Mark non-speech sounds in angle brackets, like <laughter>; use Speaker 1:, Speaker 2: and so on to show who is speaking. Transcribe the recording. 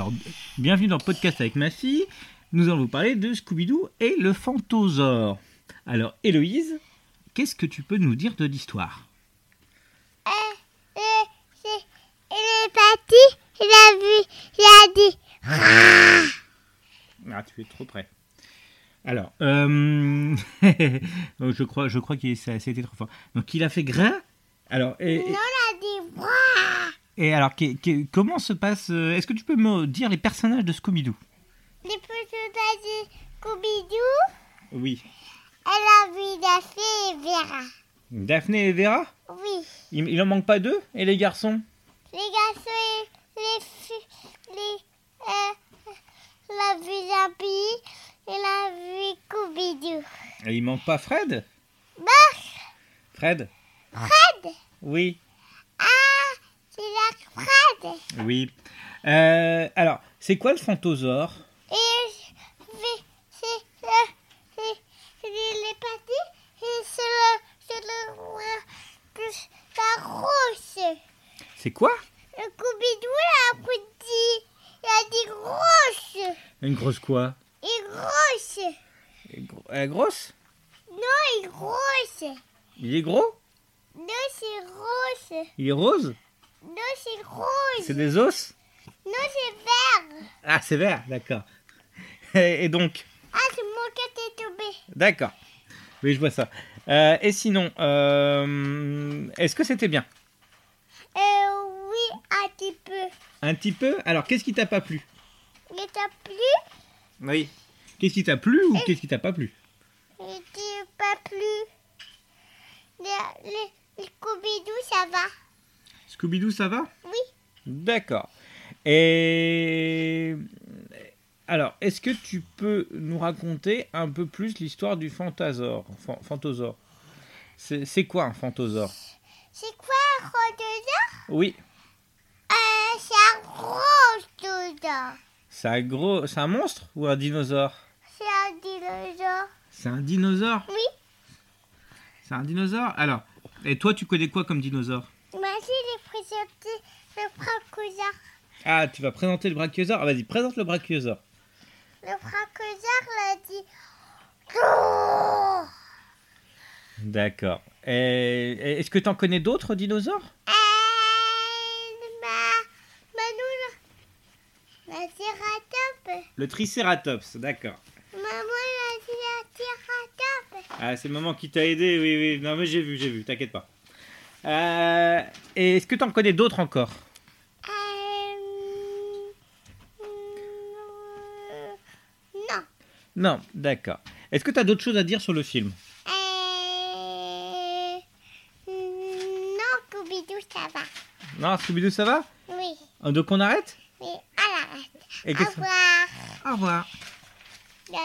Speaker 1: Alors, bienvenue dans Podcast avec ma fille. Nous allons vous parler de Scooby-Doo et le Fantosaure. Alors, Héloïse, qu'est-ce que tu peux nous dire de l'histoire
Speaker 2: Euh, c'est- Il est parti, il a vu, il a dit.
Speaker 1: Ah, tu es trop près. Alors, euh, <laughs> je crois, je crois que ça- c'était trop fort. Donc, il a fait grain. Alors, et,
Speaker 2: Non, il a dit. Wouah
Speaker 1: et alors, qu'est- qu'est- comment se passe euh, Est-ce que tu peux me dire les personnages de Scooby-Doo
Speaker 2: Les petits a dit Scooby-Doo.
Speaker 1: Oui.
Speaker 2: Elle a vu la fille et Vera.
Speaker 1: Daphné et Vera
Speaker 2: Oui.
Speaker 1: il, il en manque pas deux Et les garçons
Speaker 2: Les garçons et les filles. Les, euh, elle a vu la bille. Elle a vu Scooby-Doo.
Speaker 1: Et il manque pas Fred
Speaker 2: Bah,
Speaker 1: Fred
Speaker 2: Fred
Speaker 1: Oui.
Speaker 2: Ah, c'est la Fred.
Speaker 1: Oui. Euh, alors, c'est quoi le fantosaure
Speaker 2: Et je vais- c'est le. c'est- c'est les parties et c'est le. C'est le roi. plus La rose.
Speaker 1: C'est quoi
Speaker 2: Le Scooby-Doo, il a petit. Il a dit grosse.
Speaker 1: Une grosse quoi
Speaker 2: Il grosse.
Speaker 1: Euh, Grosse
Speaker 2: Non, il grosse.
Speaker 1: Il est gros
Speaker 2: Non, c'est rose.
Speaker 1: Il est rose
Speaker 2: Non, c'est rose.
Speaker 1: C'est des os
Speaker 2: Non, c'est vert.
Speaker 1: Ah, c'est vert, d'accord. Et, et donc,
Speaker 2: Ah, c'est mon cas est tombé.
Speaker 1: d'accord. Oui, je vois ça. Euh, et sinon, euh, est-ce que c'était bien
Speaker 2: Euh, oui, un petit peu.
Speaker 1: Un petit peu Alors, qu'est-ce qui t'a pas plu
Speaker 2: Il t'a plu
Speaker 1: Oui. Qu'est-ce qui t'a plu ou qu'est-ce qui t'a pas plu
Speaker 2: Il dit pas plus. Les, les, les Scooby-Doo, ça va.
Speaker 1: Scooby-Doo, ça va
Speaker 2: Oui.
Speaker 1: D'accord. Et alors, est-ce que tu peux nous raconter un peu plus l'histoire du fantasaure fan- Fantosaure. C'est c'est quoi un fantosaure
Speaker 2: C'est quoi un rhododendron
Speaker 1: Oui,
Speaker 2: Euh, c'est un gros rhododendron.
Speaker 1: c'est un gros, c'est un monstre ou un dinosaure
Speaker 2: C'est un dinosaure.
Speaker 1: C'est un dinosaure.
Speaker 2: Oui.
Speaker 1: C'est un dinosaure. Alors, et toi, tu connais quoi comme dinosaure
Speaker 2: Moi, je l'ai présenté le francosaure.
Speaker 1: Ah, tu vas présenter le brachiosaure. Ah, Vas-y, présente le brachiosaure.
Speaker 2: Le francosaure l'a dit. Oh, Grrrr
Speaker 1: D'accord. Et- et Est-ce que tu en connais d'autres dinosaures
Speaker 2: Et ma, ma nouna. La tiratepe.
Speaker 1: Le Triceratops, d'accord.
Speaker 2: Maman, elle a dit la tiratepe.
Speaker 1: Ah, c'est maman qui t'a aidé, oui, oui. Non, mais j'ai vu, j'ai vu, t'inquiète pas. Euh, et est-ce que t'en connais d'autres encore
Speaker 2: Euh, euh, Non.
Speaker 1: Non, d'accord. Est-ce que t'as d'autres choses à dire sur le film
Speaker 2: Euh, Non, Scooby-Doo, ça va.
Speaker 1: Non, Scooby-Doo, ça va
Speaker 2: Oui,
Speaker 1: Donc on arrête
Speaker 2: oui, à l'arrête.
Speaker 1: Et
Speaker 2: Au
Speaker 1: qu'est-ce-
Speaker 2: revoir.
Speaker 1: Au revoir.